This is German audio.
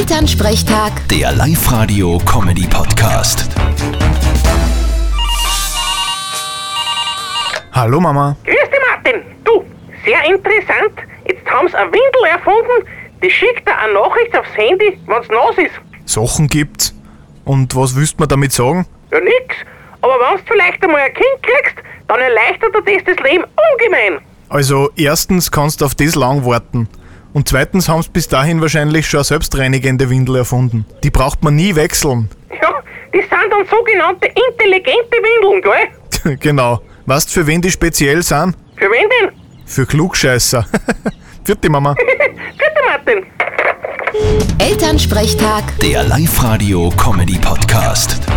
Elternsprechtag, Der Live-Radio-Comedy-Podcast. Hallo Mama. Grüß dich, Martin. Du, sehr interessant. Jetzt haben sie eine Windel erfunden, die schickt dir eine Nachricht aufs Handy, wenn's nass ist. Sachen gibt's. Und was willst man damit sagen? Ja, nix. Aber wenn's vielleicht einmal ein Kind kriegst, dann erleichtert dir das das Leben ungemein. Also, erstens kannst du auf das lang warten. Und zweitens haben's bis dahin wahrscheinlich schon eine selbstreinigende Windel erfunden. Die braucht man nie wechseln. Ja, das sind dann sogenannte intelligente Windeln, gell? genau. Weißt für wen die speziell sind? Für wen denn? Für Klugscheißer. Vierte Mama. Bitte, Martin. Elternsprechtag. Der Live-Radio-Comedy-Podcast.